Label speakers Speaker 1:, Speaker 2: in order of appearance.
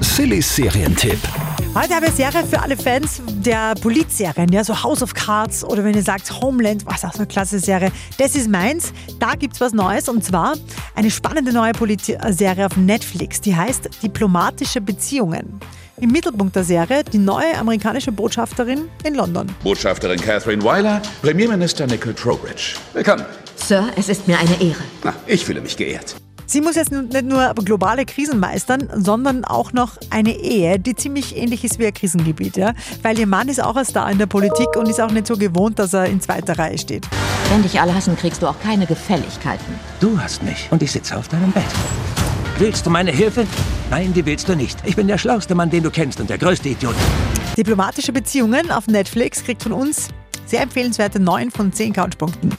Speaker 1: Silly Serientipp.
Speaker 2: Heute habe ich eine Serie für alle Fans der Polizserien, ja, so House of Cards oder wenn ihr sagt Homeland, was auch so eine klasse Serie. Das ist meins. Da gibt es was Neues und zwar eine spannende neue Polizserie auf Netflix, die heißt Diplomatische Beziehungen. Im Mittelpunkt der Serie die neue amerikanische Botschafterin in London.
Speaker 3: Botschafterin Catherine Weiler, Premierminister Nicol Trowbridge. Willkommen.
Speaker 4: Sir, es ist mir eine Ehre.
Speaker 3: Na, ich fühle mich geehrt.
Speaker 2: Sie muss jetzt nicht nur globale Krisen meistern, sondern auch noch eine Ehe, die ziemlich ähnlich ist wie ein Krisengebiet. Ja? Weil ihr Mann ist auch ein Star in der Politik und ist auch nicht so gewohnt, dass er in zweiter Reihe steht.
Speaker 4: Wenn dich alle hassen, kriegst du auch keine Gefälligkeiten.
Speaker 5: Du hast mich und ich sitze auf deinem Bett. Willst du meine Hilfe? Nein, die willst du nicht. Ich bin der schlauste Mann, den du kennst und der größte Idiot.
Speaker 2: Diplomatische Beziehungen auf Netflix kriegt von uns sehr empfehlenswerte 9 von 10 Couchpunkten.